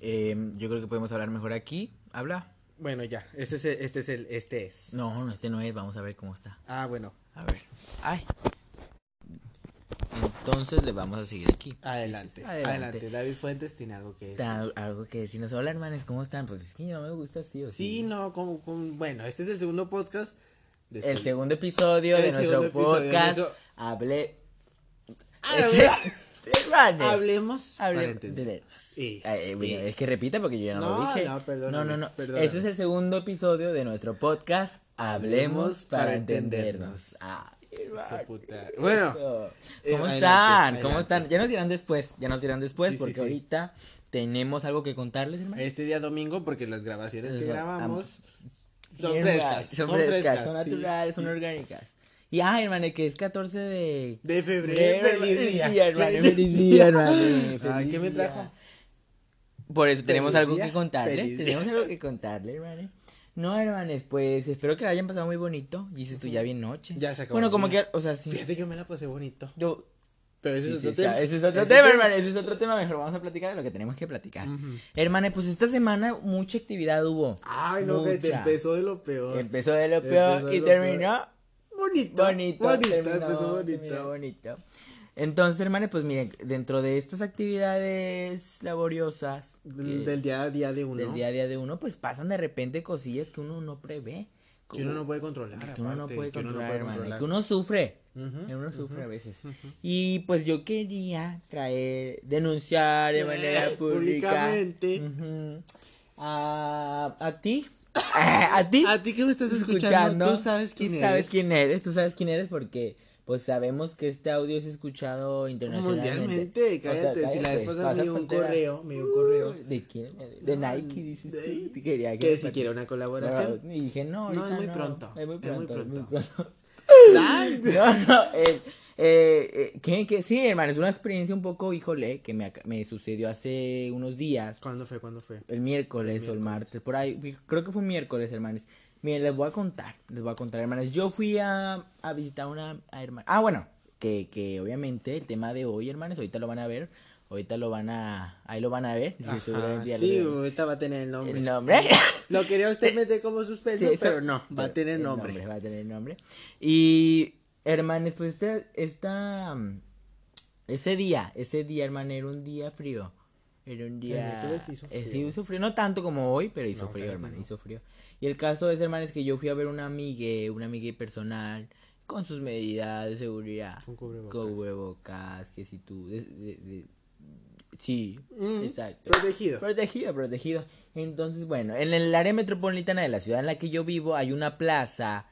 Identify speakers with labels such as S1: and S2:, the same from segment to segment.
S1: Eh, yo creo que podemos hablar mejor aquí. Habla.
S2: Bueno, ya. Este es, el- este es el, este es.
S1: No, no, este no es. Vamos a ver cómo está.
S2: Ah, bueno.
S1: A ver. Ay. Entonces le vamos a seguir aquí.
S2: Adelante,
S1: Sí, sí,
S2: adelante. David Fuentes tiene algo que decir.
S1: Ta- Algo que decirnos. Hola, hermanos, ¿cómo están? Pues es que yo no me gusta así o
S2: Sí, no, como, como- bueno, este es el segundo podcast.
S1: El
S2: Después-
S1: segundo episodio
S2: El
S1: de nuestro
S2: segundo episodio de
S1: podcast.
S2: nuestro- Ah,
S1: Hablé.
S2: Habla-
S1: Sí, hermano.
S2: Hablemos.
S1: Hablé
S2: para
S1: de
S2: entender. Sí,
S1: Ay, eh, bueno,
S2: sí.
S1: es que repita porque yo ya no, lo
S2: No,
S1: dije.
S2: no, perdóname,
S1: No, no, no.
S2: perdóname.
S1: Este es el segundo episodio de nuestro podcast. Hablemos
S2: Hablemos
S1: para,
S2: para
S1: entendernos. Ay, hermano.
S2: Su puta- Bueno,
S1: ¿Cómo
S2: eh,
S1: están?
S2: adelante,
S1: ¿Cómo
S2: adelante.
S1: están? Ya nos dirán después, ya nos dirán después
S2: Sí, sí,
S1: porque
S2: sí.
S1: ahorita tenemos algo que contarles, hermano.
S2: este día domingo, porque las grabaciones que
S1: Eso,
S2: grabamos son
S1: Bien,
S2: frescas.
S1: son, frescas, son
S2: sí.
S1: naturales, son orgánicas. Y ay, hermano, que es 14 de
S2: De febrero, feliz día.
S1: hermano, feliz día, hermano.
S2: Ay,
S1: feliz
S2: ¿qué me
S1: día.
S2: trajo?
S1: Por eso tenemos
S2: Feliz
S1: algo
S2: día,
S1: que contarle.
S2: feliz día.
S1: Tenemos algo que contarle, hermano. No, hermanes, pues espero que la hayan pasado muy bonito. Y dices tú, ya bien noche.
S2: Ya se acabó
S1: Bueno,
S2: el
S1: como que,
S2: día.
S1: o sea, sí.
S2: Fíjate que yo me la pasé bonito.
S1: Yo.
S2: Pero ese
S1: sí,
S2: es
S1: sí,
S2: otro
S1: o sea,
S2: tema.
S1: ese es otro
S2: Ese
S1: tema, hermano. Ese es otro tema. Mejor vamos a platicar de lo que tenemos que platicar.
S2: Ujú.
S1: Hermane, pues esta semana mucha actividad hubo.
S2: Ay, no, que te
S1: Mucha.
S2: empezó de lo peor.
S1: Empezó de lo
S2: Ah, Empezó
S1: peor
S2: de
S1: y
S2: lo
S1: terminó
S2: Bonito.
S1: bonito.
S2: Bonito,
S1: terminó-
S2: empezó
S1: terminó
S2: bonito.
S1: bonito. Entonces, hermanes, pues miren, dentro de estas actividades laboriosas que-
S2: Del del día a día de uno.
S1: del día a día de uno, pues pasan de repente cosillas que uno no prevé.
S2: Que uno no puede controlar.
S1: que uno no
S2: aparte,
S1: puede
S2: que uno no
S1: controlar,
S2: puede
S1: hermano,
S2: controlar.
S1: que uno sufre.
S2: Ujú,
S1: que uno sufre a veces. Y pues yo quería traer, denunciar de
S2: Eh,
S1: manera pública.
S2: públicamente.
S1: ujú, a, a ti. a ti.
S2: A ti que me estás
S1: estás
S2: escuchando, tú sabes quién
S1: tú
S2: eres.
S1: sabes quién eres, tú sabes quién eres porque pues sabemos que este audio es escuchado internacionalmente.
S2: Mundialmente,
S1: O sea,
S2: cállate. si la
S1: cállate,
S2: esposa me
S1: pasas
S2: dio un
S1: frontera.
S2: correo, me dio un correo.
S1: ¿De quién? De Nike, dices tú. Te quería
S2: Que si
S1: participe.
S2: quiere una colaboración.
S1: Y dije, no,
S2: No,
S1: ahorita
S2: es muy pronto,
S1: Es muy pronto. Es muy pronto.
S2: Dan.
S1: No, no, eh, eh, eh, ¿qué, qué? Sí, hermano, es una experiencia un poco, híjole, que me, ac- me sucedió hace unos días,
S2: ¿Cuándo fue? ¿Cuándo fue?
S1: el miércoles o el martes, por ahí, creo que fue un miércoles, hermanos. Miren, les voy a contar, les voy a contar, hermanos. Yo fui a, a visitar una a hermana. Ah, bueno, que, que obviamente el tema de hoy, hermanos, ahorita lo van a ver, ahorita lo van a, ahí lo van a ver.
S2: Ajá,
S1: seguramente ya lo
S2: sí,
S1: vieron.
S2: ahorita va a tener el nombre.
S1: el nombre.
S2: Lo quería usted meter como
S1: Sí,
S2: suspenso,
S1: eso-
S2: pero no, va a
S1: pero
S2: tener
S1: el
S2: nombre.
S1: Va a tener nombre. Y, hermanes, pues este, esta, mm, ese día, ese día, hermano, era un día frío. Era un día...
S2: miércoles hizo
S1: eh, sí,
S2: frío.
S1: hizo frío, no tanto como hoy, pero hizo
S2: No,
S1: frío,
S2: claro
S1: hermano,
S2: que no.
S1: hizo frío. Y el caso es, hermanos, que yo fui a ver una amiga, una amiga personal, con sus medidas de seguridad.
S2: Con cubrebocas.
S1: Cubrebocas, que si tú... de- de- de- sí,
S2: Mm,
S1: exacto.
S2: Protegido.
S1: Protegido, protegido. Entonces, bueno, en el área metropolitana de la ciudad en la que yo vivo hay una plaza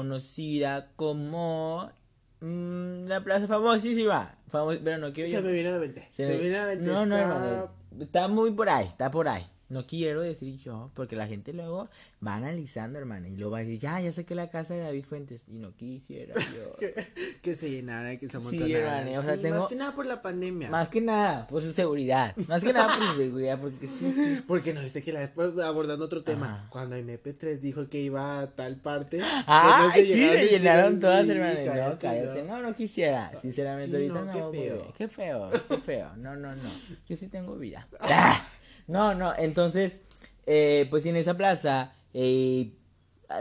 S1: conocida como mm, la plaza famosísima. Famo- pero no quiero
S2: Se
S1: yo-
S2: me viene a la mente. Se,
S1: se
S2: me
S1: me-
S2: viene a la mente.
S1: No, no,
S2: está-
S1: hermano. Está muy por ahí, está por ahí. No quiero decir yo, porque la gente luego va analizando, hermano, y luego va a decir, ya, ya sé que la casa de David Fuentes, y no quisiera yo.
S2: Que se llenara, que se amontonara.
S1: hermano, o sea,
S2: Sí,
S1: tengo-
S2: Más que nada por la pandemia.
S1: Más que nada, por su seguridad. Más que nada por su seguridad, porque sí, sí.
S2: Porque no viste que la después abordando otro tema,
S1: Ajá.
S2: cuando el MP3 dijo que iba a tal parte,
S1: Ah,
S2: que no se
S1: sí,
S2: Pues llegaron
S1: me
S2: ni
S1: llenaron
S2: chingados,
S1: todas,
S2: sí,
S1: hermano. No,
S2: cállate,
S1: cállate. No, no quisiera. Sinceramente,
S2: Sí,
S1: ahorita
S2: no,
S1: no.
S2: qué
S1: voy
S2: feo.
S1: bien. Qué feo, qué feo. No, no, no. Yo sí tengo vida. Ah, No, no. Entonces, eh, pues en esa plaza, eh,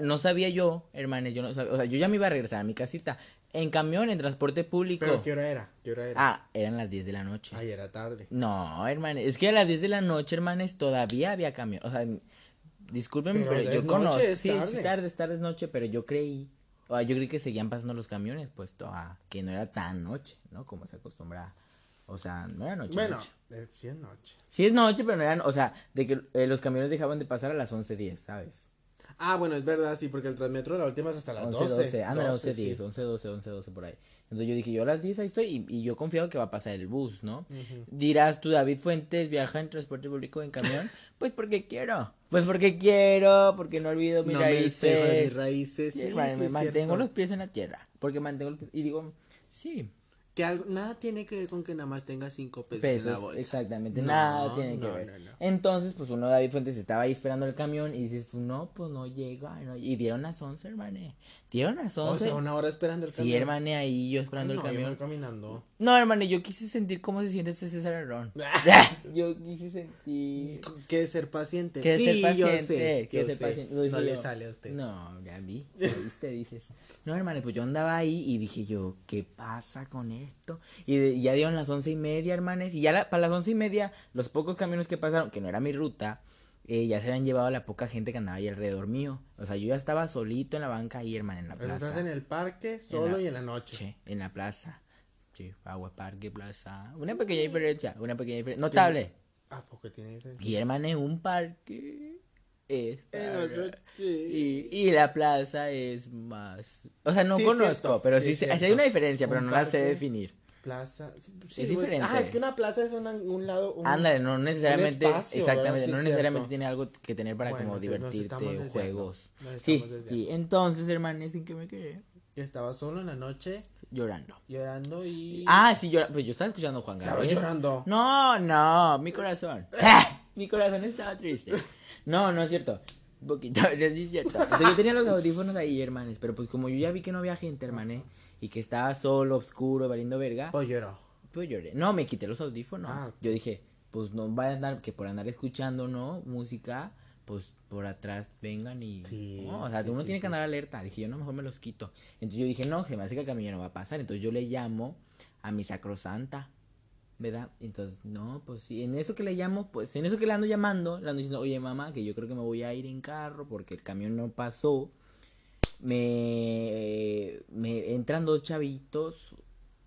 S1: no sabía yo, hermano. Yo no sabía. O sea, yo ya me iba a regresar a mi casita. En camión, en transporte público.
S2: Pero ¿qué hora era? ¿Qué hora era?
S1: Ah, eran las 10 de la noche.
S2: Ay, era tarde.
S1: No, hermano, es que a las 10 de la noche, hermanes, todavía había camión. O sea, discúlpenme,
S2: Pero
S1: pero,
S2: ya es
S1: yo
S2: noche,
S1: conozco.
S2: es
S1: Sí,
S2: tarde.
S1: sí, tarde, es tarde, es noche, pero yo creí. O sea, yo creí que seguían pasando los camiones, puesto a que no era tan noche, ¿no? Como se acostumbra. O sea, no era noche.
S2: bueno,
S1: noche.
S2: eh, sí es noche.
S1: Sí es noche, pero no eran. O sea, de que eh, los camiones dejaban de pasar a las 11.10, ¿sabes?
S2: Ah, bueno, es verdad, sí, porque el Transmetro la última es hasta las
S1: 11,
S2: 12.
S1: 12, ándale, 11,
S2: 12, sí.
S1: 10, 11, 12, 11, 12, por ahí. Entonces yo dije, yo a las 10 ahí estoy y, y yo confiado que va a pasar el bus, ¿no? Dirás tú, David Fuentes, viaja en transporte público en camión. pues porque quiero, pues porque quiero, porque no olvido mis
S2: No me despejo de
S1: raíces.
S2: mis raíces.
S1: Sí,
S2: Sí,
S1: hermano,
S2: sí,
S1: me
S2: es
S1: mantengo
S2: cierto.
S1: los pies en la tierra, porque mantengo los pies- y digo, sí,
S2: Que algo, nada tiene que ver con que nada más tenga cinco pesos, Pues en la
S1: pesos,
S2: bolsa.
S1: pues exactamente,
S2: No,
S1: nada tiene que
S2: no,
S1: ver.
S2: no, no.
S1: Entonces, pues uno David Fuentes estaba ahí esperando el camión y dices, no, pues no llega, no- y dieron las 11, hermano. Dieron las
S2: O
S1: 11.
S2: sea, una hora esperando el camión.
S1: Sí, hermano, ahí yo
S2: Ay,
S1: esperando
S2: no,
S1: el
S2: yo
S1: camión.
S2: voy caminando.
S1: No, hermano, yo quise sentir cómo se siente ese César Arrón.
S2: Ah.
S1: yo quise sentir.
S2: Que ser paciente.
S1: Que
S2: sí,
S1: ser paciente.
S2: yo sé,
S1: que
S2: yo
S1: ser
S2: sé.
S1: paciente. Lo
S2: No
S1: dije
S2: le
S1: yo.
S2: sale a usted.
S1: No, ya vi. ya viste, dices. No, hermano, pues yo andaba ahí y dije yo, ¿qué pasa con esto? Y, de- y ya dieron las once y media, hermanes. Y ya la- para las once y media, los pocos camiones que pasaron, que no era mi ruta, eh, ya se habían llevado a la poca gente que andaba ahí alrededor mío. O sea, yo ya estaba solito en la banca ahí, hermano, en la
S2: O sea,
S1: plaza.
S2: Pues estás en el parque solo
S1: la-
S2: y en la noche.
S1: Che, en la plaza. Sí, Agua Parque, plaza. Una pequeña
S2: Mm.
S1: diferencia, una pequeña diferencia. Notable.
S2: Ah, porque tiene diferencia.
S1: Y hermano es un parque.
S2: Eh,
S1: Es
S2: En la
S1: parque.
S2: noche.
S1: Y, y la plaza es más. O sea, no
S2: Sí, es
S1: conozco,
S2: cierto,
S1: pero
S2: sí,
S1: sí,
S2: es
S1: sé-
S2: cierto.
S1: hay una diferencia, pero
S2: Un
S1: no la sé
S2: parque.
S1: definir.
S2: Plaza. Sí, sí,
S1: Es
S2: güey.
S1: diferente.
S2: Ah, es que una plaza es una- un lado. un-
S1: Ándale, no necesariamente.
S2: espacio, ahora
S1: exactamente,
S2: sí
S1: no
S2: es
S1: necesariamente
S2: cierto.
S1: tiene algo que tener para
S2: Bueno,
S1: como
S2: te- nos
S1: divertirte,
S2: estamos desviando,
S1: juegos.
S2: nos
S1: Sí,
S2: estamos desviando.
S1: sí. Entonces, hermano, sin que me quedé
S2: Yo estaba solo en la noche
S1: llorando.
S2: llorando y.
S1: Ah, sí, llora. Pues yo estaba escuchando a Juan
S2: Estaba
S1: Gabriel.
S2: llorando.
S1: No, no, mi corazón. mi corazón estaba triste. No, no es cierto. Un poquito, no sí es cierto. Entonces, yo tenía los audífonos ahí, hermanes. Pero pues como yo ya vi que no había gente, hermanes, y que estaba solo, oscuro, valiendo verga,
S2: Pues lloró.
S1: pues lloré. No, me quité los audífonos.
S2: Ah.
S1: Yo dije, pues no va a andar, que por andar escuchando, ¿no? Música, pues por atrás vengan y.
S2: Sí,
S1: No, o sea,
S2: sí,
S1: uno
S2: sí,
S1: tiene que andar alerta. Dije, yo no, mejor me los quito. Entonces yo dije, no, se me hace que el camino no va a pasar. Entonces yo le llamo a mi sacrosanta. ¿Verdad? Entonces, no, pues sí, en eso que le llamo, pues en eso que le ando llamando, le ando diciendo, oye mamá, que yo creo que me voy a ir en carro porque el camión no pasó. Me, me entran dos chavitos,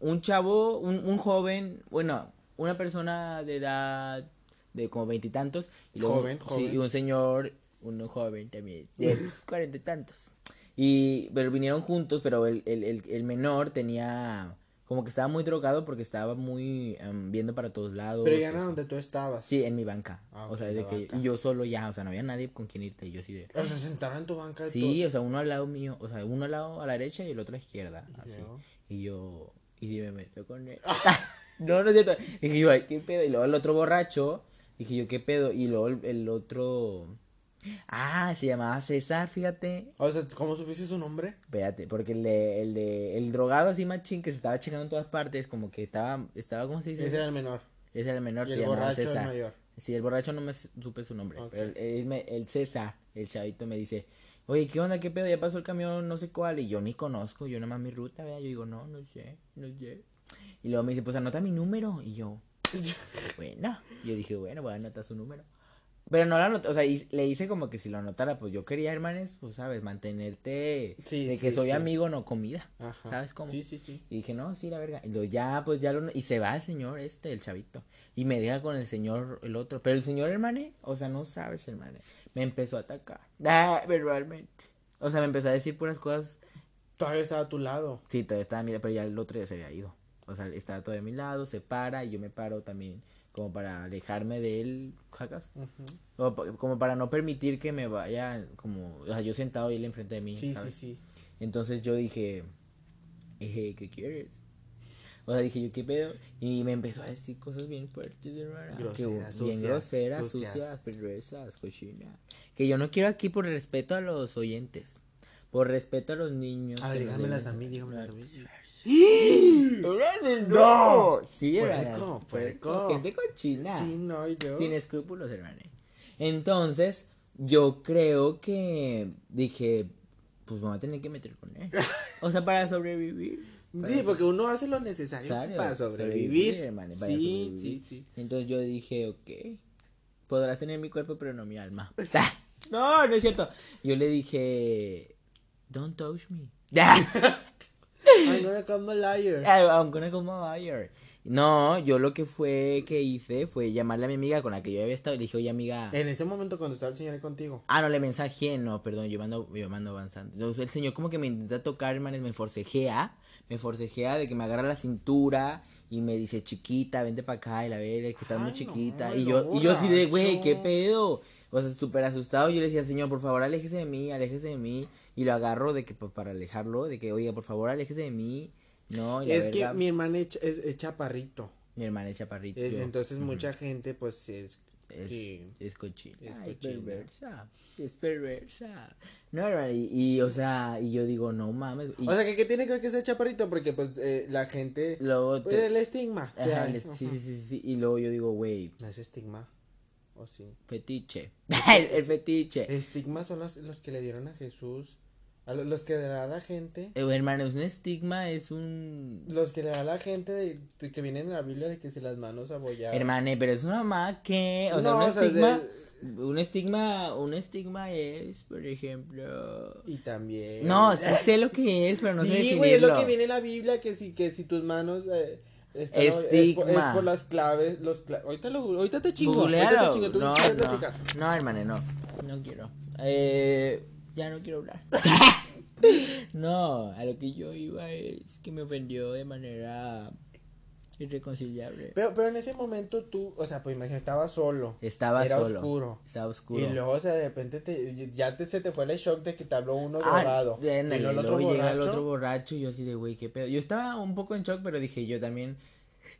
S1: un chavo, un, un joven, bueno, una persona de edad de como veintitantos, y, luego-
S2: Joven,
S1: sí,
S2: joven.
S1: y un señor, un joven también, de cuarenta y tantos. Y, pero vinieron juntos, pero el, el, el, el menor tenía, como que estaba muy drogado porque estaba muy em, viendo para todos lados.
S2: Pero ya era
S1: eso.
S2: donde tú estabas.
S1: Sí, en mi banca.
S2: Ah,
S1: o
S2: ok,
S1: sea,
S2: en
S1: de
S2: la
S1: que
S2: banca.
S1: y yo solo ya, o sea, no había nadie con quien irte, y yo sí de...
S2: O sea, se sentaron en tu banca. y
S1: Sí, o sea, uno al lado mío, o sea, uno al lado a la derecha y el otro a la izquierda, así.
S2: luego?
S1: Y yo, y yo me meto con él.
S2: Ah.
S1: no, no es cierto. Dije yo, ay, qué pedo. Y luego el otro borracho, dije yo, qué pedo. Y luego el, el otro, ah, se llamaba César, fíjate.
S2: todo. O sea, ¿cómo supiste su nombre?
S1: Espérate, porque el de, el de, el drogado así machín que se estaba checando en todas partes, como que estaba, estaba, ¿cómo se dice?
S2: Ese era el menor.
S1: Ese era el menor,
S2: Y
S1: se
S2: el
S1: llamaba
S2: borracho el
S1: César.
S2: mayor.
S1: Sí, el borracho no me s- supe su nombre.
S2: Ok.
S1: Pero el, él me- el César, el chavito, me dice: Oye, ¿qué onda? ¿Qué pedo? Ya pasó el camión, no sé cuál. Y yo ni conozco, yo nomás mi ruta, ¿verdad? Yo digo: No, no sé, no sé. Y luego me dice: Pues anota mi número. Y yo: Bueno. Yo dije: Bueno, voy a anotar su número. Pero no lo anoté, o sea, y- le hice como que si lo anotara, pues yo quería, hermanes, pues sabes, mantenerte
S2: Sí,
S1: de
S2: sí,
S1: que soy
S2: sí.
S1: amigo, no comida.
S2: Ajá.
S1: ¿Sabes cómo?
S2: Sí, sí, sí.
S1: Y dije, no, sí, la verga. Y lo- ya, pues ya lo. Y se va el señor este, el chavito. Y me deja con el señor, el otro. Pero el señor, hermane, o sea, no sabes, hermane. Me empezó a atacar. Ah, verbalmente. O sea, me empezó a decir puras cosas.
S2: Todavía estaba a tu lado.
S1: Sí, todavía estaba, mira, pero ya el otro ya se había ido. O sea, estaba todavía a mi lado, se para y yo me paro también. Como para alejarme de él, ¿sacas?
S2: Ujú.
S1: O pa- como para no permitir que me vaya, como, o sea, yo sentado y él enfrente de mí.
S2: Sí, sí,
S1: ¿sabes?
S2: sí.
S1: Entonces yo dije, dije, ¿qué quieres? O sea, dije, ¿yo qué pedo? Y me empezó a decir cosas bien fuertes, hermana. que
S2: Groseras,
S1: bien
S2: sucias,
S1: groseras,
S2: sucias.
S1: sucias, perversas, cochinas. Que yo no quiero aquí por respeto a los oyentes. Por respeto a los niños.
S2: A ver,
S1: que nos
S2: dígamelas
S1: deben-
S2: a mí, dígamelas a mí.
S1: Hermana, ¡No!
S2: ¡No!
S1: Sí, hermana.
S2: Puerco, puerco.
S1: Gente cochina.
S2: Sí, no, y yo.
S1: Sin escrúpulos, hermano. Entonces, yo creo que dije, pues me voy a tener que meter con él. O sea, para sobrevivir.
S2: Sí, porque uno hace lo necesario
S1: Necesario,
S2: para sobrevivir.
S1: hermano, para
S2: sí,
S1: sobrevivir.
S2: sí, sí.
S1: Entonces yo dije, ok, podrás tener mi cuerpo, pero no mi alma. no, no es cierto. Yo le dije, don't touch me.
S2: I'm gonna come a liar.
S1: I'm gonna call my lawyer. No, yo lo que fue que hice fue llamarle a mi amiga con la que yo había estado y le dije, oye amiga,
S2: En ese momento cuando estaba el señor ahí contigo.
S1: Ah, no, le mensajé, no, perdón, yo mando, yo mando avanzando. Entonces, el señor como que me intenta tocar, hermanos, me forcejea, me forcejea de que me agarra la cintura y me dice, chiquita, vente para acá, y la verga, que estás
S2: Ay,
S1: muy chiquita.
S2: no,
S1: y yo,
S2: lo
S1: y yo así de, güey,
S2: borracho.
S1: qué pedo. O sea, súper asustado, yo le decía, señor, por favor, aléjese de mí, aléjese de mí. Y lo agarro de que, pues, para alejarlo, de que, oiga, por favor, aléjese de mí. No, y la
S2: Es
S1: verdad,
S2: que
S1: mi...
S2: mi hermana es, es- es chaparrito.
S1: hermana es chaparrito.
S2: Es- entonces mucha gente pues es...
S1: Es,
S2: sí.
S1: es cochina.
S2: Es
S1: Ay,
S2: cochina.
S1: perversa. Es perversa. No, hermano, y, y, o sea, y yo digo, no mames. Y
S2: O sea, que ¿qué tiene que ver que sea chaparrito? Porque pues eh, la gente...
S1: luego
S2: Pues,
S1: te-
S2: el estigma. que
S1: Ajá,
S2: hay.
S1: les- sí,
S2: Ajá.
S1: sí, sí, sí, sí, Y luego yo digo, güey,
S2: No es estigma. ¿O sí?
S1: Eh. fetiche. el, el fetiche.
S2: Estigmas son los, los que le dieron a Jesús. A lo- los que le da a la gente.
S1: Eh, hermano, es un estigma, es un.
S2: Los que le da a la gente de, de que vienen en la Biblia de que si las manos abolladas.
S1: Hermane, pero es una mamá que. O sea,
S2: No,
S1: un
S2: o sea,
S1: estigma.
S2: de-
S1: Un estigma. Un estigma es, por ejemplo.
S2: Y también.
S1: No, sí sé lo que es, pero no sé
S2: sí,
S1: definirlo.
S2: güey, es lo que viene en la Biblia, que si, que si tus manos eh, están- es, po- es
S1: Estigma.
S2: por las claves, los cla- ahorita, lo, ahorita te chingo, ahorita te
S1: Googlealo.
S2: chingo, tú
S1: No,
S2: quieres
S1: no,
S2: platicar.
S1: no, hermane, no. No quiero. Eh, ya no quiero hablar. no, a lo que yo iba es que me ofendió de manera irreconciliable.
S2: Pero, pero en ese momento tú, o sea, pues imagínate, estabas solo.
S1: Estaba
S2: Era
S1: solo.
S2: oscuro.
S1: Estaba oscuro.
S2: Y luego, o sea, de repente te, ya te, se te fue el shock de que te habló uno
S1: Ah,
S2: drogado.
S1: ándale,
S2: y luego el otro
S1: luego llega el
S2: borracho.
S1: otro borracho y yo así de, güey, qué pedo. Yo estaba un poco en shock, pero dije, yo también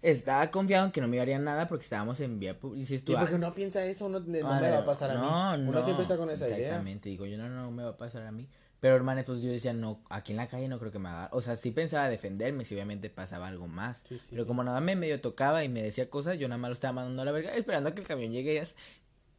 S1: estaba confiado en que no me harían nada porque estábamos en vía pública. Dices tú,
S2: Y
S1: ah,
S2: porque uno piensa eso, uno de- no me
S1: ándale,
S2: va a pasar a mí.
S1: Ah, no,
S2: Uno
S1: no,
S2: siempre está con esa idea.
S1: Exactamente, digo, yo no, no me va a pasar a mí. Pero hermano, pues yo decía, no, aquí en la calle no creo que me haga. O sea, sí pensaba defenderme si obviamente pasaba algo más.
S2: Sí, sí,
S1: pero
S2: sí.
S1: como nada me medio tocaba y me decía cosas, yo nada más lo estaba mandando a la verga, esperando a que el camión llegue. y as-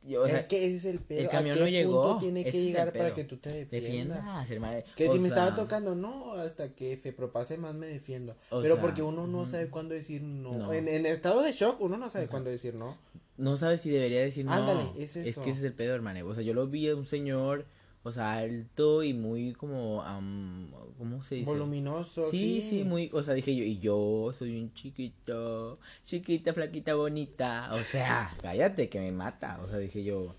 S1: y, o sea,
S2: es que ese es el pedo.
S1: el camión
S2: ¿A
S1: no
S2: qué
S1: llegó,
S2: punto tiene
S1: ese
S2: que
S1: es el
S2: llegar para
S1: pedo.
S2: que tú te defiendas?
S1: defiendas, ah, hermano.
S2: Que
S1: o
S2: si me estaba
S1: sea,
S2: tocando, no, hasta que se propase más me defiendo.
S1: O
S2: Pero
S1: sea,
S2: porque uno no sabe cuándo decir no.
S1: No.
S2: En, en estado de shock, uno no sabe cuándo decir no.
S1: No sabes si debería decir no.
S2: Ándale, es eso.
S1: que ese es el pedo, hermano. O sea, yo lo vi a un señor, o sea, alto y muy como, am, ¿cómo se dice?
S2: Voluminoso.
S1: Sí, sí, muy, o sea, dije yo, y yo soy un chiquito, chiquita, flaquita, bonita, o sea, cállate, que me mata, o sea, dije yo,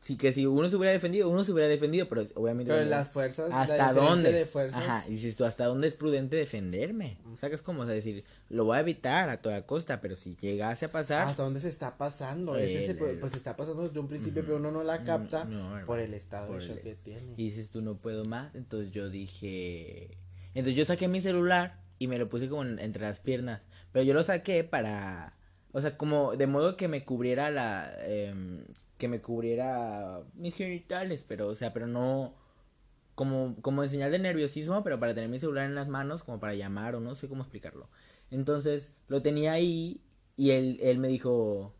S1: sí que si uno se hubiera defendido, uno se hubiera defendido, pero obviamente...
S2: Pero
S1: no-
S2: las fuerzas, la
S1: ¿Hasta
S2: diferencia
S1: dónde?
S2: de fuerzas.
S1: Ajá, y dices tú, ¿hasta dónde es prudente defenderme? Sacas como, o sea, decir, lo voy a evitar a toda costa, pero si llegase a pasar,
S2: ¿Hasta dónde se está pasando? Ese es el
S1: El-
S2: pro- pues se está pasando desde un principio, pero uno no la capta
S1: Mm, no, hermano,
S2: por el estado
S1: por
S2: de
S1: el-
S2: shock que tiene.
S1: Y dices, tú no puedo más. Entonces yo dije. Entonces yo saqué mi celular y me lo puse como en- entre las piernas. Pero yo lo saqué para. O sea, como de modo que me cubriera la. em, que me cubriera mis genitales, pero, o sea, pero no. Como, como en señal de nerviosismo, pero para tener mi celular en las manos, como para llamar o no sé cómo explicarlo. Entonces lo tenía ahí y él, él me dijo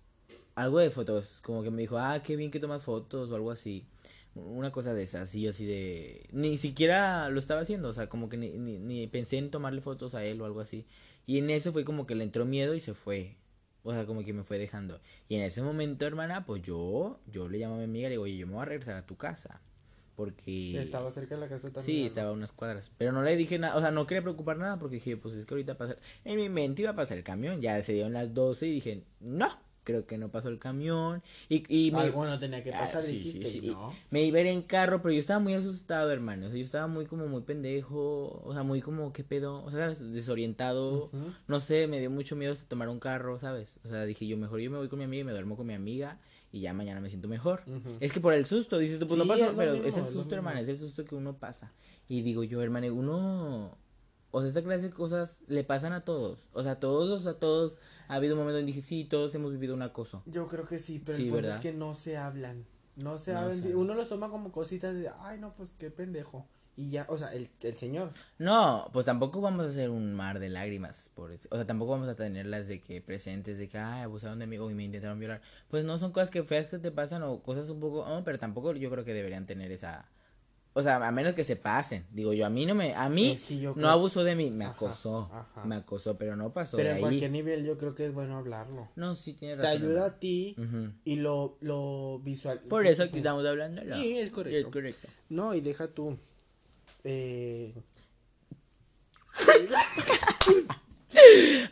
S1: algo de fotos, como que me dijo, ah, qué bien que tomas fotos o algo así. Una cosa de esas, y yo así de... Ni siquiera lo estaba haciendo, o sea, como que ni, ni, ni pensé en tomarle fotos a él o algo así. Y en eso fue como que le entró miedo y se fue. O sea, como que me fue dejando. Y en ese momento, hermana, pues yo, yo le llamo a mi amiga y le digo, oye, yo me voy a regresar a tu casa. Porque...
S2: Estaba cerca de la casa también.
S1: Sí,
S2: ¿no?
S1: estaba a unas cuadras. Pero no le dije nada, o sea, no quería preocupar nada porque dije, pues es que ahorita pasa. En mi mente iba a pasar el camión, ya se dieron las 12 y dije, no, creo que no pasó el camión. Y, y me,
S2: Algo no tenía que
S1: Ah,
S2: pasar,
S1: sí,
S2: dijiste,
S1: sí, sí.
S2: y no.
S1: me iba a ir en carro, pero yo estaba muy asustado, hermano. O sea, yo estaba muy como muy pendejo, o sea, muy como, ¿qué pedo? O sea, ¿sabes? desorientado.
S2: Ujú.
S1: No sé, me dio mucho miedo tomar un carro, ¿sabes? O sea, dije yo, mejor yo me voy con mi amiga y me duermo con mi amiga y ya mañana me siento mejor.
S2: Ujú.
S1: Es que por el susto, dices tú, pues
S2: Sí,
S1: no pasa,
S2: es lo
S1: pero
S2: mismo,
S1: es el
S2: es lo
S1: susto, hermano, es
S2: mismo.
S1: el susto que uno pasa. Y digo yo, hermano, uno... O sea, esta clase de cosas le pasan a todos. O sea, a todos, a todos. Ha habido un momento en dije, sí, todos hemos vivido un acoso.
S2: Yo creo que sí, pero
S1: Sí,
S2: el punto
S1: ¿verdad?
S2: es que no se hablan. No se
S1: No
S2: hablan.
S1: se
S2: di-
S1: hablan.
S2: Uno los toma como cositas de, ay, no, pues qué pendejo. Y ya, o sea, el, el señor.
S1: No, pues tampoco vamos a hacer un mar de lágrimas por eso. O sea, tampoco vamos a tenerlas de que presentes, de que ay, abusaron de mí o me intentaron violar. Pues no son cosas que feas que te pasan o cosas un poco, oh, pero tampoco yo creo que deberían tener esa o sea, a menos que se pasen. Digo yo, a mí no me a mí
S2: Es que yo
S1: no
S2: creo-
S1: abusó de mí, me
S2: Ajá,
S1: acosó,
S2: ajá.
S1: me acosó, pero no pasó
S2: pero
S1: de
S2: en
S1: ahí.
S2: cualquier nivel yo creo que es bueno hablarlo.
S1: No, sí tiene
S2: Te
S1: razón.
S2: ayuda a ti
S1: Ujú.
S2: y lo, lo visual.
S1: Por eso aquí
S2: sí.
S1: estamos hablando. ¿no?
S2: Sí, es correcto.
S1: Es correcto.
S2: No, y deja tú. Eh,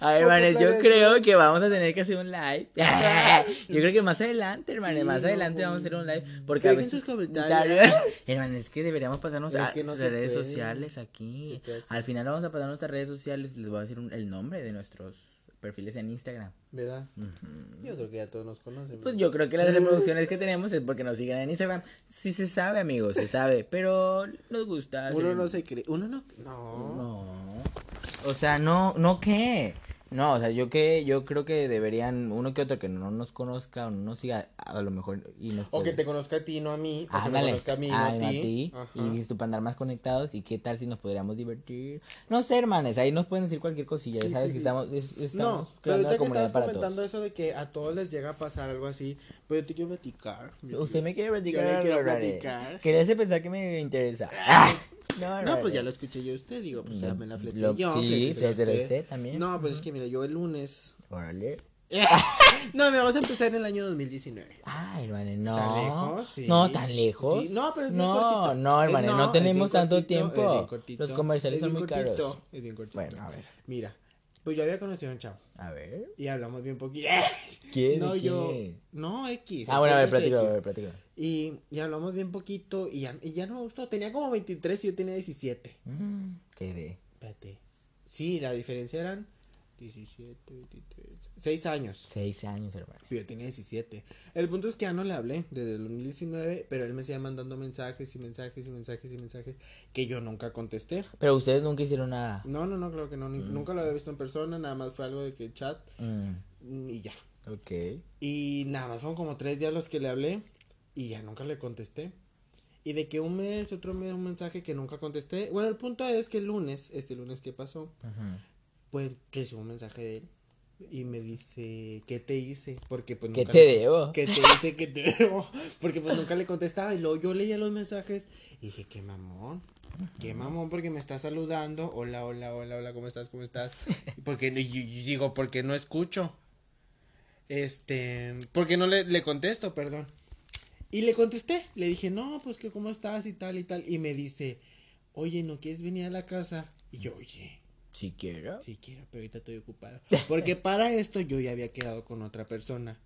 S1: A ver, hermanos, yo
S2: planes,
S1: creo que vamos a tener que hacer un live. Yo creo que más adelante, hermanos,
S2: Sí,
S1: más
S2: no, pues.
S1: adelante
S2: no.
S1: vamos a hacer un live. Porque a
S2: Dejen
S1: veces.
S2: sus comentarios.
S1: Hermanos, es que deberíamos pasarnos
S2: Es
S1: a
S2: que no
S1: las
S2: se
S1: redes
S2: puede. pues.
S1: sociales aquí.
S2: Se puede hacer.
S1: Al final vamos a pasar nuestras redes sociales. Les voy a decir un- el nombre de nuestros perfiles en Instagram.
S2: ¿Verdad?
S1: Ujú.
S2: Yo creo que ya todos nos conocen.
S1: Pues yo creo que las reproducciones que tenemos es porque nos siguen en Instagram. Sí se sabe, amigos, se sabe, pero nos gusta.
S2: Uno
S1: sí.
S2: no se cree. Uno no. No.
S1: No. O sea, no, no qué. No, o sea, yo que yo creo que deberían uno que otro que no nos conozca o no nos siga, a lo mejor y nos
S2: O que
S1: puede-
S2: te conozca a ti, no a mí. O que me
S1: Ándale,
S2: conozca a mí, no
S1: ay,
S2: a
S1: a
S2: ti.
S1: ti,
S2: Ajá.
S1: y dices tú para andar más conectados y qué tal si nos podríamos divertir. No sé, hermanes, ahí nos pueden decir cualquier cosilla,
S2: Sí,
S1: sabes
S2: sí,
S1: que
S2: sí.
S1: estamos, es-
S2: No,
S1: estamos
S2: pero
S1: creando
S2: ahorita
S1: una
S2: que
S1: comunidad
S2: estabas
S1: para
S2: comentando
S1: todos.
S2: eso de que a todos les llega a pasar algo así, pero yo te quiero platicar.
S1: Usted me quiere platicar,
S2: Yo le quiero
S1: algo, Rare?
S2: platicar.
S1: ¿Qué le hace pensar que me interesa? ¡Ah! No,
S2: No, pues
S1: Rare.
S2: ya lo escuché yo a usted, digo, pues ya
S1: Lo-
S2: me la fleté
S1: lo-
S2: yo.
S1: sí,
S2: fletísela
S1: fletela usted también.
S2: No, pues es que mira, yo el lunes.
S1: Órale.
S2: no, mira, vamos a empezar en el año 2019.
S1: Ay, hermane, no.
S2: ¿Tan lejos? Sí.
S1: No, tan lejos.
S2: Sí, No, pero es bien
S1: No,
S2: cortito.
S1: no,
S2: Eh,
S1: hermane, no
S2: es
S1: tenemos
S2: bien
S1: tanto
S2: cortito,
S1: tiempo.
S2: es bien cortito,
S1: Los comerciales
S2: es
S1: son
S2: bien
S1: muy caros.
S2: cortito, Es bien cortito.
S1: Bueno, a ver.
S2: Mira, pues yo había conocido a un chavo
S1: A ver.
S2: y hablamos bien poquito.
S1: ¿Quién?
S2: No,
S1: ¿De
S2: yo.
S1: quién?
S2: No, X.
S1: Ah, bueno, a ver,
S2: acuérdese
S1: platico, a
S2: X.
S1: ver, platico.
S2: Y, y hablamos bien poquito y ya, y ya no me gustó. Tenía como 23 y yo tenía 17.
S1: Mm, qué de.
S2: Espérate. Sí, la diferencia eran 17, 23. 6 años.
S1: Seis años, hermano.
S2: Pero yo tenía 17. El punto es que ya no le hablé desde el 2019, pero él me seguía mandando mensajes y mensajes y mensajes y mensajes que yo nunca contesté.
S1: Pero ustedes nunca hicieron nada.
S2: No, no, no, claro que no. ni- Nunca lo había visto en persona, nada más fue algo de que chat
S1: Mm,
S2: y ya.
S1: ok.
S2: Y nada más son como tres días los que le hablé y ya nunca le contesté. Y de que un mes, otro mes, un mensaje que nunca contesté. Bueno, el punto es que el lunes, este lunes que pasó,
S1: Ajá.
S2: pues recibo un mensaje de él y me dice, ¿qué te hice? Porque pues
S1: ¿Qué
S2: nunca
S1: te
S2: le-
S1: debo?
S2: ¿Qué te hice? ¿Qué te debo? Porque pues nunca le contestaba y luego yo leía los mensajes y dije, qué mamón. Qué mamón porque me está saludando. Hola, hola, hola, hola, ¿cómo estás? ¿Cómo estás? Y Porque no- y- y digo, porque no escucho. Este, porque no le, le contesto, perdón. Y le contesté, le dije, no, pues que cómo estás y tal y tal. Y me dice, oye, ¿no quieres venir a la casa? Y yo, oye,
S1: Si quiero.
S2: sí quiero, pero ahorita estoy ocupado. Porque para esto yo ya había quedado con otra persona.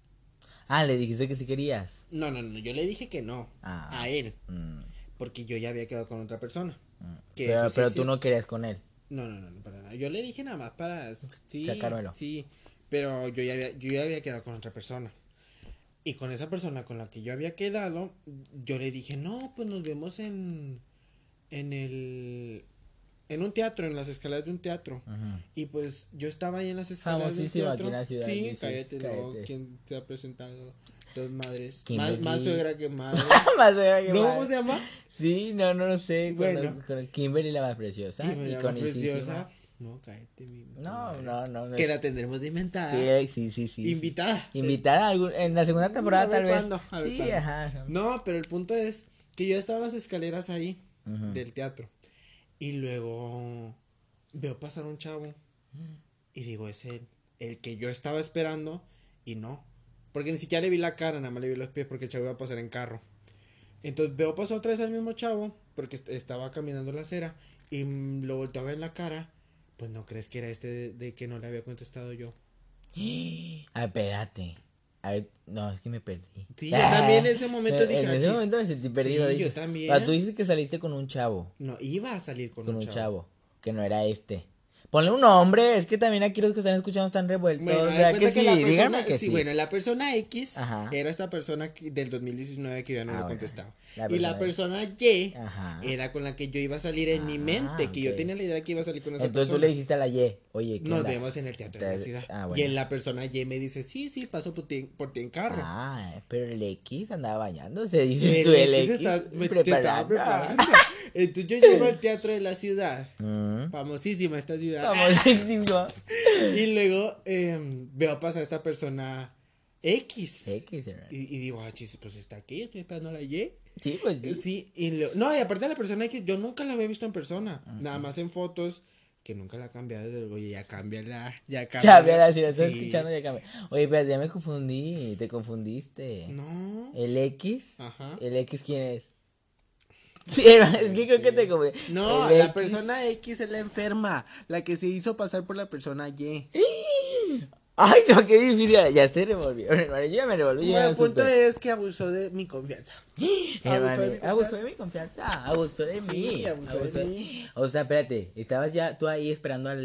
S1: Ah, le dijiste que sí querías.
S2: No, no, no, yo le dije que no.
S1: Ah.
S2: A él.
S1: Mm,
S2: Porque yo ya había quedado con otra persona.
S1: mm.
S2: Que
S1: Pero,
S2: eso sí
S1: pero
S2: es
S1: tú no querías con él.
S2: No, no, no, no, para nada. Yo le dije nada más para. Sí.
S1: Sacármelo.
S2: Sí. Pero yo ya, había, yo ya había quedado con otra persona. Y con esa persona con la que yo había quedado, yo le dije, no, pues nos vemos en. En el. En un teatro, en las escaleras de un teatro.
S1: Ajá.
S2: Y pues yo estaba ahí
S1: Ah,
S2: en las escaleras de un
S1: Famosísimo
S2: teatro.
S1: aquí en la ciudad,
S2: Sí,
S1: dices,
S2: cállate, no.
S1: cállate.
S2: ¿Quién se ha presentado? Dos madres. Más,
S1: Kimberly.
S2: más suegra que madre.
S1: Más era que
S2: ¿No?
S1: más.
S2: ¿Cómo se llama?
S1: Sí, no, no lo sé. con-
S2: Bueno.
S1: con Kimberly la más preciosa.
S2: Sí, me
S1: y
S2: llamo
S1: con
S2: preciosa. No, cállate, mi.
S1: No,
S2: madre.
S1: no, no. no.
S2: Que la tendremos de inventada.
S1: Sí, sí, sí, sí.
S2: Invitada.
S1: Invitar a algún, en la segunda temporada
S2: Mm, A ver
S1: tal vez.
S2: cuándo, a ver
S1: sí,
S2: cuándo.
S1: ajá.
S2: No, pero el punto es que yo estaba en las escaleras ahí
S1: Ujú.
S2: del teatro. Y luego veo pasar un chavo. Y digo, es él. El que yo estaba esperando. Y no. Porque ni siquiera le vi la cara, nada más le vi los pies porque el chavo iba a pasar en carro. Entonces veo pasar otra vez al mismo chavo. Porque est- estaba caminando la acera. Y mm, lo volteaba en la cara. Pues no crees que era este de, de que no le había contestado yo.
S1: Ah, espérate. A ver, no, es que me perdí.
S2: Sí, yo también en ese momento
S1: En-
S2: dije,
S1: En
S2: "Ah,
S1: ese
S2: chis".
S1: momento me sentí perdido.
S2: Sí, yo
S1: dices.
S2: también.
S1: Ah, tú dices que saliste con un chavo.
S2: No, iba a salir con,
S1: Con un chavo. Que no era este. Ponle un nombre. Es que también aquí los que están escuchando están revueltos.
S2: Bueno, haz
S1: ¿verdad
S2: cuenta
S1: que
S2: que
S1: sí?
S2: la
S1: Díganme
S2: persona,
S1: que
S2: sí,
S1: sí.
S2: bueno, la persona X
S1: Ajá.
S2: era esta persona que- del 2019 que yo no
S1: Ah,
S2: le
S1: bueno.
S2: contestaba.
S1: La
S2: y la persona Y
S1: Ajá.
S2: era con la que yo iba a salir en mi
S1: Ah,
S2: mente, que yo
S1: ok.
S2: tenía la idea que iba a salir con esa
S1: Entonces tú
S2: persona.
S1: le dijiste a la Y, oye, ¿qué
S2: Nos
S1: onda?
S2: vemos en el teatro de la
S1: Entonces,
S2: ciudad.
S1: ah, bueno.
S2: Y en la persona Y me dice, sí, sí, paso por ti, por ti en carro.
S1: Ah, pero el X andaba bañándose, dices tú,
S2: El
S1: el X.
S2: X está- me- te
S1: preparando.
S2: estaba preparando. Entonces yo llego al teatro de la ciudad,
S1: Mm.
S2: famosísima esta ciudad.
S1: Famosísimo.
S2: Y luego eh, veo pasar esta persona X.
S1: X, hermano.
S2: Y, y digo, ah, chis, pues está aquí, estoy esperando a la Y.
S1: Sí, pues sí.
S2: Sí, y lo- no, y aparte la persona que yo nunca la había visto en persona, nada más en fotos, que nunca la ha cambiado desde el- oye, ya cámbiala, ya cámbiala.
S1: Ya, mira, si lo estás
S2: Sí.
S1: escuchando, ya cambia. Oye, espérate, ya me confundí, te confundiste.
S2: No.
S1: ¿El X?
S2: Ajá.
S1: ¿El X quién es? Sí, hermano, es que creo que te confundí.
S2: Este, No,
S1: El
S2: la
S1: eh, X.
S2: persona X es la enferma, la que se hizo pasar por la persona Y.
S1: Ay, no, qué difícil. Ya se revolvió, hermano. Yo ya me revolví. yo ya
S2: Bueno, el punto
S1: supe.
S2: es que abusó de mi confianza.
S1: Hermano,
S2: de mi
S1: abusó Eh, de mi confianza, abusó de
S2: Sí,
S1: mí.
S2: abusó de
S1: abusó de-
S2: mí.
S1: O sea, espérate, estabas ya tú ahí esperando al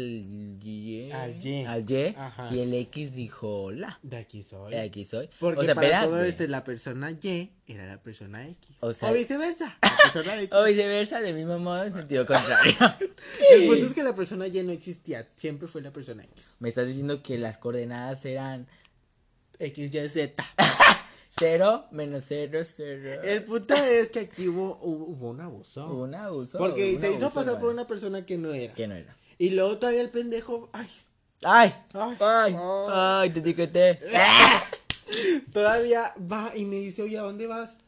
S1: Y.
S2: Al Y.
S1: Al Y.
S2: Ajá.
S1: Y el X dijo, hola,
S2: De aquí soy.
S1: eh, aquí soy.
S2: Porque
S1: o sea,
S2: para
S1: espérate.
S2: todo este, la persona Y era la persona X.
S1: O
S2: O,
S1: sea-
S2: viceversa. La persona X.
S1: O viceversa, del mismo modo, en sentido contrario.
S2: El punto es que la persona Y no existía. Siempre fue la persona X.
S1: Me estás diciendo que las coordenadas eran
S2: X, Y, Z.
S1: 0, menos 0, 0.
S2: El punto es que aquí hubo, hubo hubo un abuso.
S1: Hubo un abuso.
S2: Porque
S1: hubo un
S2: se hizo
S1: abuso,
S2: pasar por
S1: hermano.
S2: una persona que no era.
S1: Que no era.
S2: Y luego todavía el pendejo. Ay,
S1: ¡Ay! ¡Ay!
S2: Ay, Eh.
S1: ¡Ay!
S2: ay.
S1: te etiqueté!
S2: todavía va y me dice, oye, ¿a dónde vas?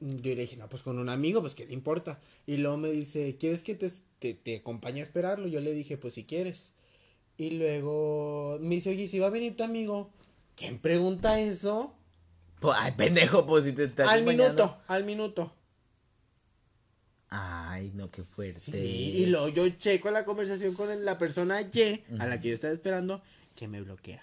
S2: Yo le dije, no, pues con un amigo, pues qué te importa. Y luego me dice, ¿quieres que te, te, te acompañe a esperarlo? Yo le dije, pues si quieres. Y luego me dice, oye, si va a venir tu amigo, ¿quién pregunta eso?
S1: Po- ¡Ay, pendejo! Pues si te estás
S2: Al
S1: bañando.
S2: minuto, al minuto.
S1: ¡Ay, no, qué fuerte!
S2: Sí,
S1: Eh,
S2: Y luego yo checo la conversación con el- la persona Y, a la que yo estaba esperando, que me bloquea.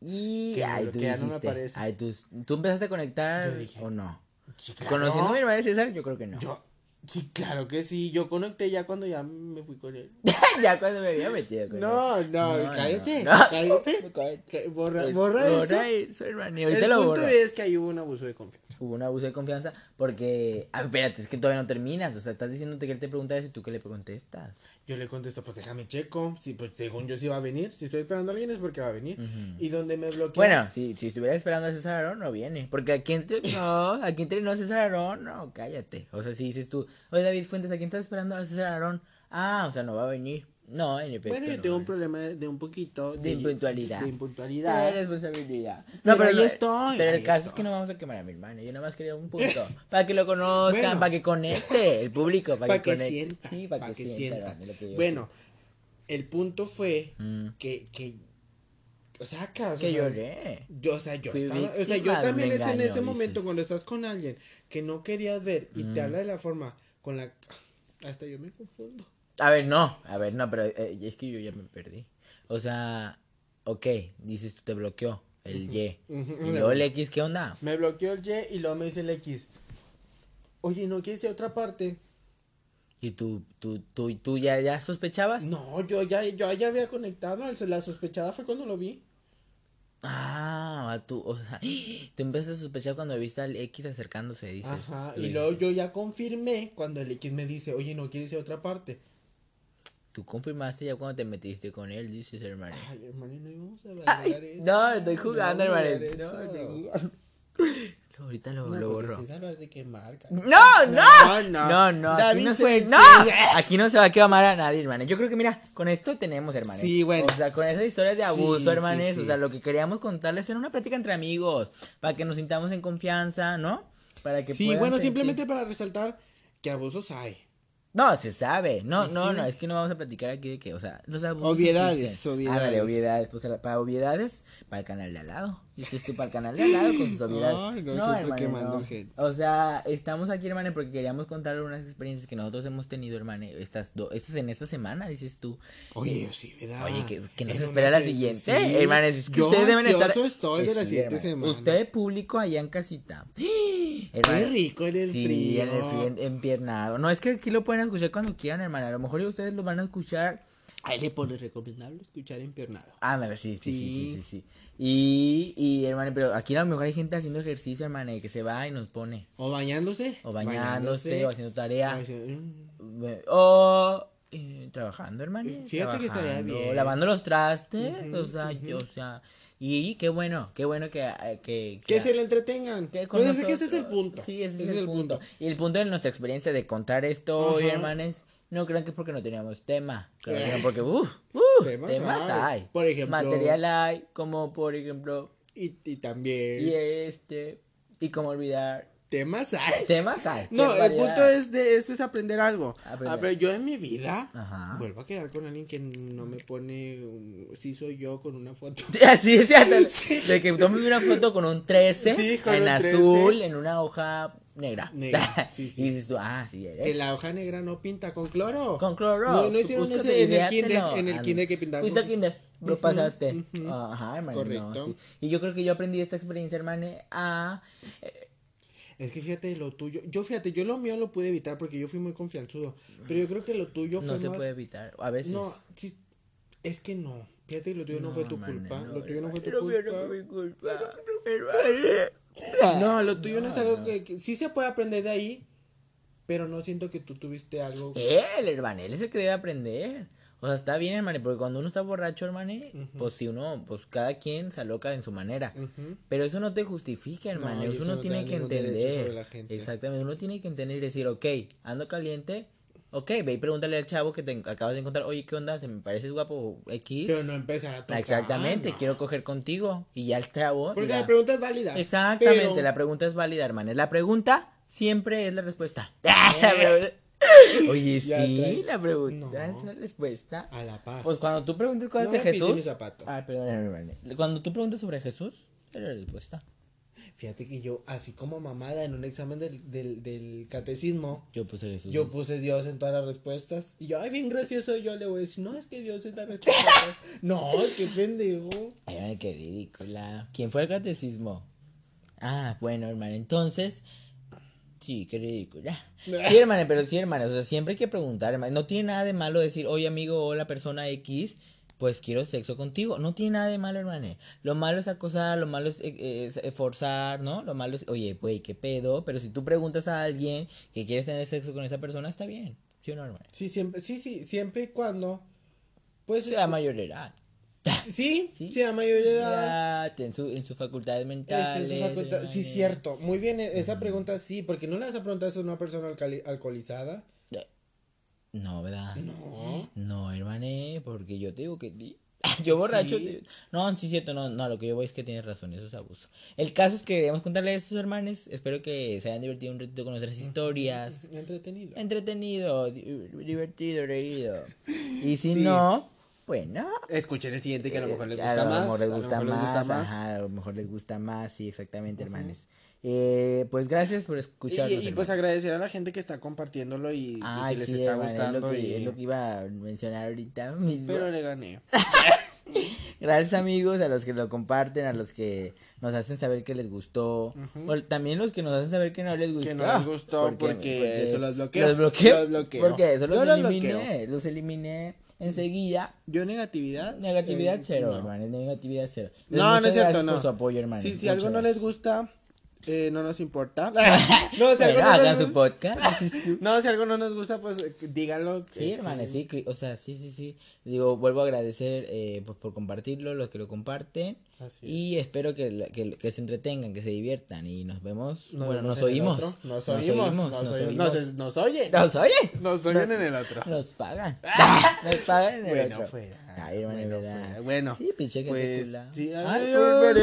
S1: Y-
S2: Que me
S1: ay, tú
S2: bloquea, no me
S1: dijiste,
S2: aparece.
S1: ay, tú, tú empezaste a conectar
S2: Yo dije,
S1: o no.
S2: Sí, claro.
S1: Conociendo a mi hermano César, yo creo que no.
S2: Yo, sí, claro que sí. Yo conecté ya cuando ya me fui con él.
S1: ya cuando me había metido con
S2: No, no,
S1: No, no,
S2: cállate,
S1: no.
S2: cállate.
S1: él.
S2: Ca- Borra, borra,
S1: Borra
S2: eso.
S1: eso, hermano. Y ahorita
S2: El
S1: lo
S2: punto
S1: borro.
S2: es que ahí hubo un abuso de confianza.
S1: Hubo un abuso de confianza porque. Ah, espérate, es que todavía no terminas. O sea, estás diciéndote que él te pregunta eso y tú que le contestas.
S2: Yo le contesto, pues déjame checo. Si, pues según yo sí va a venir. Si estoy esperando a alguien es porque va a venir. Y donde me bloquea.
S1: Bueno, si, si estuviera esperando a César Aarón, no viene. Porque aquí entre. No, aquí entre no César Aarón, no, cállate. O sea, si dices tú, oye David Fuentes, ¿a quién estás esperando a César Aarón? Ah, o sea, no va a venir. No, en efecto.
S2: Bueno, yo
S1: no
S2: tengo
S1: va a
S2: un problema de de un poquito.
S1: De impuntualidad.
S2: De
S1: Tiene
S2: impuntualidad.
S1: responsabilidad.
S2: Pero ahí
S1: no-
S2: estoy,
S1: Pero el
S2: ahí
S1: caso es
S2: estoy.
S1: que no vamos a quemar a mi hermano. Yo nada más quería un punto. Para que lo conozcan,
S2: Bueno.
S1: para que conecte el público. Para
S2: Para
S1: que,
S2: que
S1: conecte.
S2: sienta.
S1: Sí, para que, sienta. hermano, lo que yo
S2: Bueno, el punto fue
S1: Mm.
S2: que, que. O sea, acá, o
S1: siento. Que
S2: sea,
S1: lloré.
S2: Yo, o sea, yo,
S1: Fui
S2: estaba- o sea, yo
S1: víctima de un
S2: también es en
S1: engaño,
S2: ese momento
S1: dices.
S2: cuando estás con alguien que no querías ver y
S1: Mm.
S2: te habla de la forma con la ah, hasta yo me confundo.
S1: A ver, no. A ver, no, pero eh, es que yo ya me perdí. O sea, ok, dices tú te bloqueó el Y.
S2: Ujú.
S1: Y luego el X, ¿qué onda?
S2: Me bloqueó el Y y luego me dice el X. Oye, ¿no quieres ir a otra parte?
S1: ¿Y tú, tú, tú, tú ya, ya sospechabas?
S2: No, yo ya, yo ya había conectado, el- la sospechada fue cuando lo vi.
S1: Ah, tú, o sea, te empezaste a sospechar cuando viste al X acercándose, dices.
S2: Ajá,
S1: Tú
S2: y
S1: dices,
S2: luego yo ya confirmé cuando el X me dice, oye, ¿no quieres ir a otra parte?
S1: Tú confirmaste ya cuando te metiste con él, dices, hermano.
S2: Ay, hermano, no íbamos a bailar eso.
S1: No, estoy jugando,
S2: No,
S1: hermano.
S2: bailar
S1: No,
S2: eso.
S1: estoy jugando. Ahorita lo,
S2: No,
S1: lo
S2: porque
S1: borro.
S2: sí es hablar de qué marca.
S1: No, no,
S2: No, no.
S1: no, no, aquí
S2: David
S1: no
S2: se
S1: fue, no,
S2: entiende.
S1: aquí no se va a quemar a nadie, hermano. Yo creo que mira, con esto tenemos, hermano.
S2: Sí, bueno.
S1: O sea, con esas historias de abuso,
S2: Sí, sí,
S1: hermanos, o
S2: sí.
S1: sea, lo que queríamos contarles era una plática entre amigos, para que nos sintamos en confianza, ¿no? Para que
S2: Sí,
S1: puedan
S2: bueno,
S1: sentir-
S2: simplemente para resaltar que abusos hay.
S1: No, se sabe. No, no, no, es que no vamos a platicar aquí de que, o sea, los abusos.
S2: Obviedades,
S1: existen.
S2: obviedades.
S1: Ándale, obviedades. Pues a la- para obviedades, para el canal de al lado. Dices tú, para el canal de al lado con sus obviedades.
S2: Ay, no, siempre quemando
S1: no.
S2: gente.
S1: O sea, estamos aquí, hermano, porque queríamos contar unas experiencias que nosotros hemos tenido, hermano, estas do- estas en esta semana, dices tú.
S2: Oye, yo sí, ¿verdad?
S1: Oye, que, que nos
S2: Era
S1: espera
S2: Ah, una
S1: la
S2: se-
S1: siguiente,
S2: sí.
S1: hermanos. Es que
S2: yo
S1: ustedes deben estar.
S2: ansioso estoy de
S1: Que
S2: la
S1: sí,
S2: siguiente
S1: hermano.
S2: semana. ¡Ah!
S1: Usted, público, allá en casita.
S2: Qué
S1: Hermano,
S2: rico en el
S1: Sí,
S2: frío.
S1: en el frío, en- empiernado. No, es que aquí lo pueden escuchar cuando quieran, hermana. A lo mejor ustedes lo van a escuchar.
S2: A él le pone recomendable escuchar empiernado.
S1: Ah, no, sí, sí, sí, sí,
S2: Sí.
S1: sí, sí. Y, y, hermano, pero aquí a lo mejor hay gente haciendo ejercicio, hermana, y que se va y nos pone.
S2: O bañándose.
S1: O bañándose, o haciendo tarea.
S2: o haciendo- mm.
S1: O eh, trabajando, hermano.
S2: Fíjate que estaría
S1: trabajando,
S2: bien.
S1: Lavando los trastes. o sea, yo- o sea. Y qué bueno, qué bueno que. eh, que,
S2: Que
S1: que-
S2: se le entretengan.
S1: que
S2: Pues
S1: con
S2: es que ese es el
S1: nosotros.
S2: punto.
S1: Sí, ese, es el, punto. Y el punto de nuestra experiencia de contar esto hoy,
S2: Ajá.
S1: hermanos, no crean que es porque no teníamos tema. Claro que
S2: Eh.
S1: no, porque, uff, uff, temas,
S2: Temas
S1: hay.
S2: hay. Por ejemplo-
S1: Material hay, como por ejemplo,
S2: Y, y también.
S1: y este, y cómo olvidar.
S2: Temas hay.
S1: Temas hay.
S2: No,
S1: qué
S2: el
S1: variedad.
S2: punto es de esto es aprender algo.
S1: Aprender.
S2: A ver, yo en mi vida
S1: Ajá.
S2: vuelvo a quedar con alguien que no me pone un- si soy yo con una foto.
S1: Así es, ándale. de que tomen una foto con un 13
S2: Sí, con
S1: en
S2: un
S1: azul,
S2: 13.
S1: en una hoja negra.
S2: Negra, sí, sí.
S1: Y dices tú, ah, sí eres.
S2: Que la hoja negra no pinta con cloro.
S1: Con cloro.
S2: No, no
S1: Tú
S2: hicieron
S1: búscate,
S2: ese en el
S1: ideátelo.
S2: kinder, en el
S1: Ande.
S2: kinder que pintaron.
S1: Fuiste al kinder. lo
S2: Ujú,
S1: pasaste.
S2: ujú.
S1: Ajá, hermano. no,
S2: Correcto.
S1: sí. Y yo creo que yo aprendí de esta experiencia, hermano, a...
S2: Es que fíjate lo tuyo. Yo fíjate, yo lo mío lo pude evitar porque yo fui muy confianzudo. Pero yo creo que lo tuyo fue
S1: no se
S2: más-
S1: puede evitar, a veces.
S2: No, sí, es que no. Fíjate, lo tuyo no, fue tu
S1: hermano,
S2: culpa. lo tuyo no fue tu
S1: hermano,
S2: culpa.
S1: no fue mi culpa, hermano.
S2: No, lo tuyo no, es algo que, que sí se puede aprender de ahí, pero no siento que tú tuviste algo.
S1: Él, hermano, él es el que debe aprender. O sea, está bien, hermano, porque cuando uno está borracho, hermano,
S2: Ujú.
S1: pues si uno, pues cada quien se aloca en su manera.
S2: Ujú.
S1: Pero eso no te justifica, hermano.
S2: y
S1: eso
S2: eso
S1: uno
S2: no te
S1: tiene
S2: da
S1: que
S2: ningún derecho
S1: entender.
S2: sobre la gente.
S1: Exactamente. Uno tiene que entender y decir, ok, ando caliente. Ok, ve y pregúntale al chavo que te en- acabas de encontrar. Oye, ¿qué onda? ¿Se me pareces guapo X?
S2: Pero no empezar a
S1: Ah,
S2: tocar.
S1: Exactamente,
S2: no.
S1: quiero coger contigo. Y ya el chavo.
S2: Porque
S1: dirá,
S2: la pregunta es válida.
S1: Exactamente,
S2: pero-
S1: la pregunta es válida, hermano. La pregunta siempre es la respuesta. Oye, sí,
S2: Eh. Ya traes-
S1: la pregunta
S2: No.
S1: es la respuesta.
S2: A la paz.
S1: Pues cuando tú preguntas cosas
S2: No
S1: de
S2: me pisé
S1: Jesús. ah.
S2: mi zapato.
S1: Ay, perdón, hermano. Cuando tú preguntas sobre Jesús, es la respuesta.
S2: Fíjate que yo, así como mamada en un examen del, del, del catecismo,
S1: Yo puse Jesús.
S2: yo puse Dios en todas las respuestas. Y yo, ay, bien gracioso, yo le voy a decir, no, es que Dios es la respuesta. no, qué pendejo.
S1: Ay, ay, qué ridícula. ¿Quién fue el catecismo? Ah, bueno, hermano, entonces. Sí, qué ridícula. Sí, hermano, pero sí, hermano. O sea, siempre hay que preguntar, hermano. No tiene nada de malo decir, oye, amigo, hola, persona X, pues quiero sexo contigo. No tiene nada de malo, hermano. Lo malo es acosar, lo malo es, eh, eh, es, eh, forzar, ¿no? Lo malo es, oye, güey, qué pedo. Pero si tú preguntas a alguien que quieres tener sexo con esa persona, está bien. ¿Sí o no, hermano?
S2: Sí, siempre, sí, sí, siempre y cuando. Pues
S1: Sea mayor de edad.
S2: sí,
S1: Sí.
S2: sí, a mayor de edad.
S1: Ya, En, su, en sus facultades mentales.
S2: Este, sus faculta- sí,
S1: hermano.
S2: cierto. Muy bien, e- esa pregunta sí, porque no le vas a preguntar eso a una persona alcali- alcoholizada.
S1: No, ¿verdad?
S2: No.
S1: No, hermané, porque yo te digo que ti- yo borracho.
S2: Sí.
S1: te- No, sí, cierto, no, no, lo que yo voy es que tienes razón, eso es abuso. El caso es que queríamos contarle a estos hermanes. Espero que se hayan divertido un ratito con nuestras historias.
S2: Entretenido.
S1: Entretenido, di- divertido, reído. Y si
S2: Sí.
S1: no, bueno.
S2: Escuchen el siguiente que a lo mejor les
S1: eh,
S2: gusta
S1: a lo
S2: más.
S1: mejor les
S2: a lo
S1: gusta
S2: mejor
S1: más,
S2: les gusta más.
S1: ajá, a lo mejor les gusta más, sí, exactamente, hermanes. Eh, pues gracias por
S2: Y-
S1: escucharnos.
S2: Y, pues
S1: hermanes.
S2: agradecer a la gente que está compartiéndolo y, y
S1: Ay,
S2: que les
S1: sí,
S2: está
S1: hermano, es lo
S2: gustando.
S1: que-
S2: y-
S1: es lo que iba a mencionar ahorita mismo.
S2: Pero le gané.
S1: Gracias amigos, a los que lo comparten, a los que nos hacen saber que les gustó, o también los que nos hacen saber que no les gustó. pues,
S2: Que no les gustó porque eso los bloqueo,
S1: Los bloqueo.
S2: los bloqueo.
S1: Porque eso
S2: Yo
S1: los,
S2: los
S1: eliminé,
S2: bloqueo.
S1: los eliminé enseguida.
S2: Yo negatividad.
S1: Negatividad
S2: eh,
S1: cero,
S2: no.
S1: hermano, negatividad cero. Les
S2: No, no
S1: muchas
S2: es cierto,
S1: gracias
S2: no.
S1: por su apoyo, hermano.
S2: Si, si
S1: Muchas
S2: algo no les
S1: gracias.
S2: gusta, eh, no nos importa. no, si algo
S1: Bueno,
S2: no,
S1: hagan
S2: nos-
S1: su podcast. dices tú.
S2: no, si algo no nos gusta, pues eh, díganlo.
S1: Sí,
S2: eh,
S1: hermano, sí, que- o sea, sí, sí, sí. Digo, vuelvo a agradecer eh, pues, por compartirlo, los que lo comparten.
S2: Así
S1: y espero que, la- que, que se entretengan, que se diviertan. Y nos vemos.
S2: Nos
S1: bueno,
S2: vemos
S1: nos
S2: en el
S1: oímos.
S2: otro. Nos oímos. Nos
S1: Nos
S2: oímos.
S1: oímos.
S2: Nos- Nos oyen.
S1: Nos oyen.
S2: Nos oyen en el otro.
S1: Nos pagan. Nos pagan en el
S2: Ah. Bueno,
S1: otro.
S2: fuera.
S1: Ay, hermano,
S2: Bueno,
S1: ¿verdad?
S2: fuera. Bueno,
S1: Sí, pinche gente
S2: pues,
S1: culada.
S2: sí,
S1: Ay,
S2: adiós.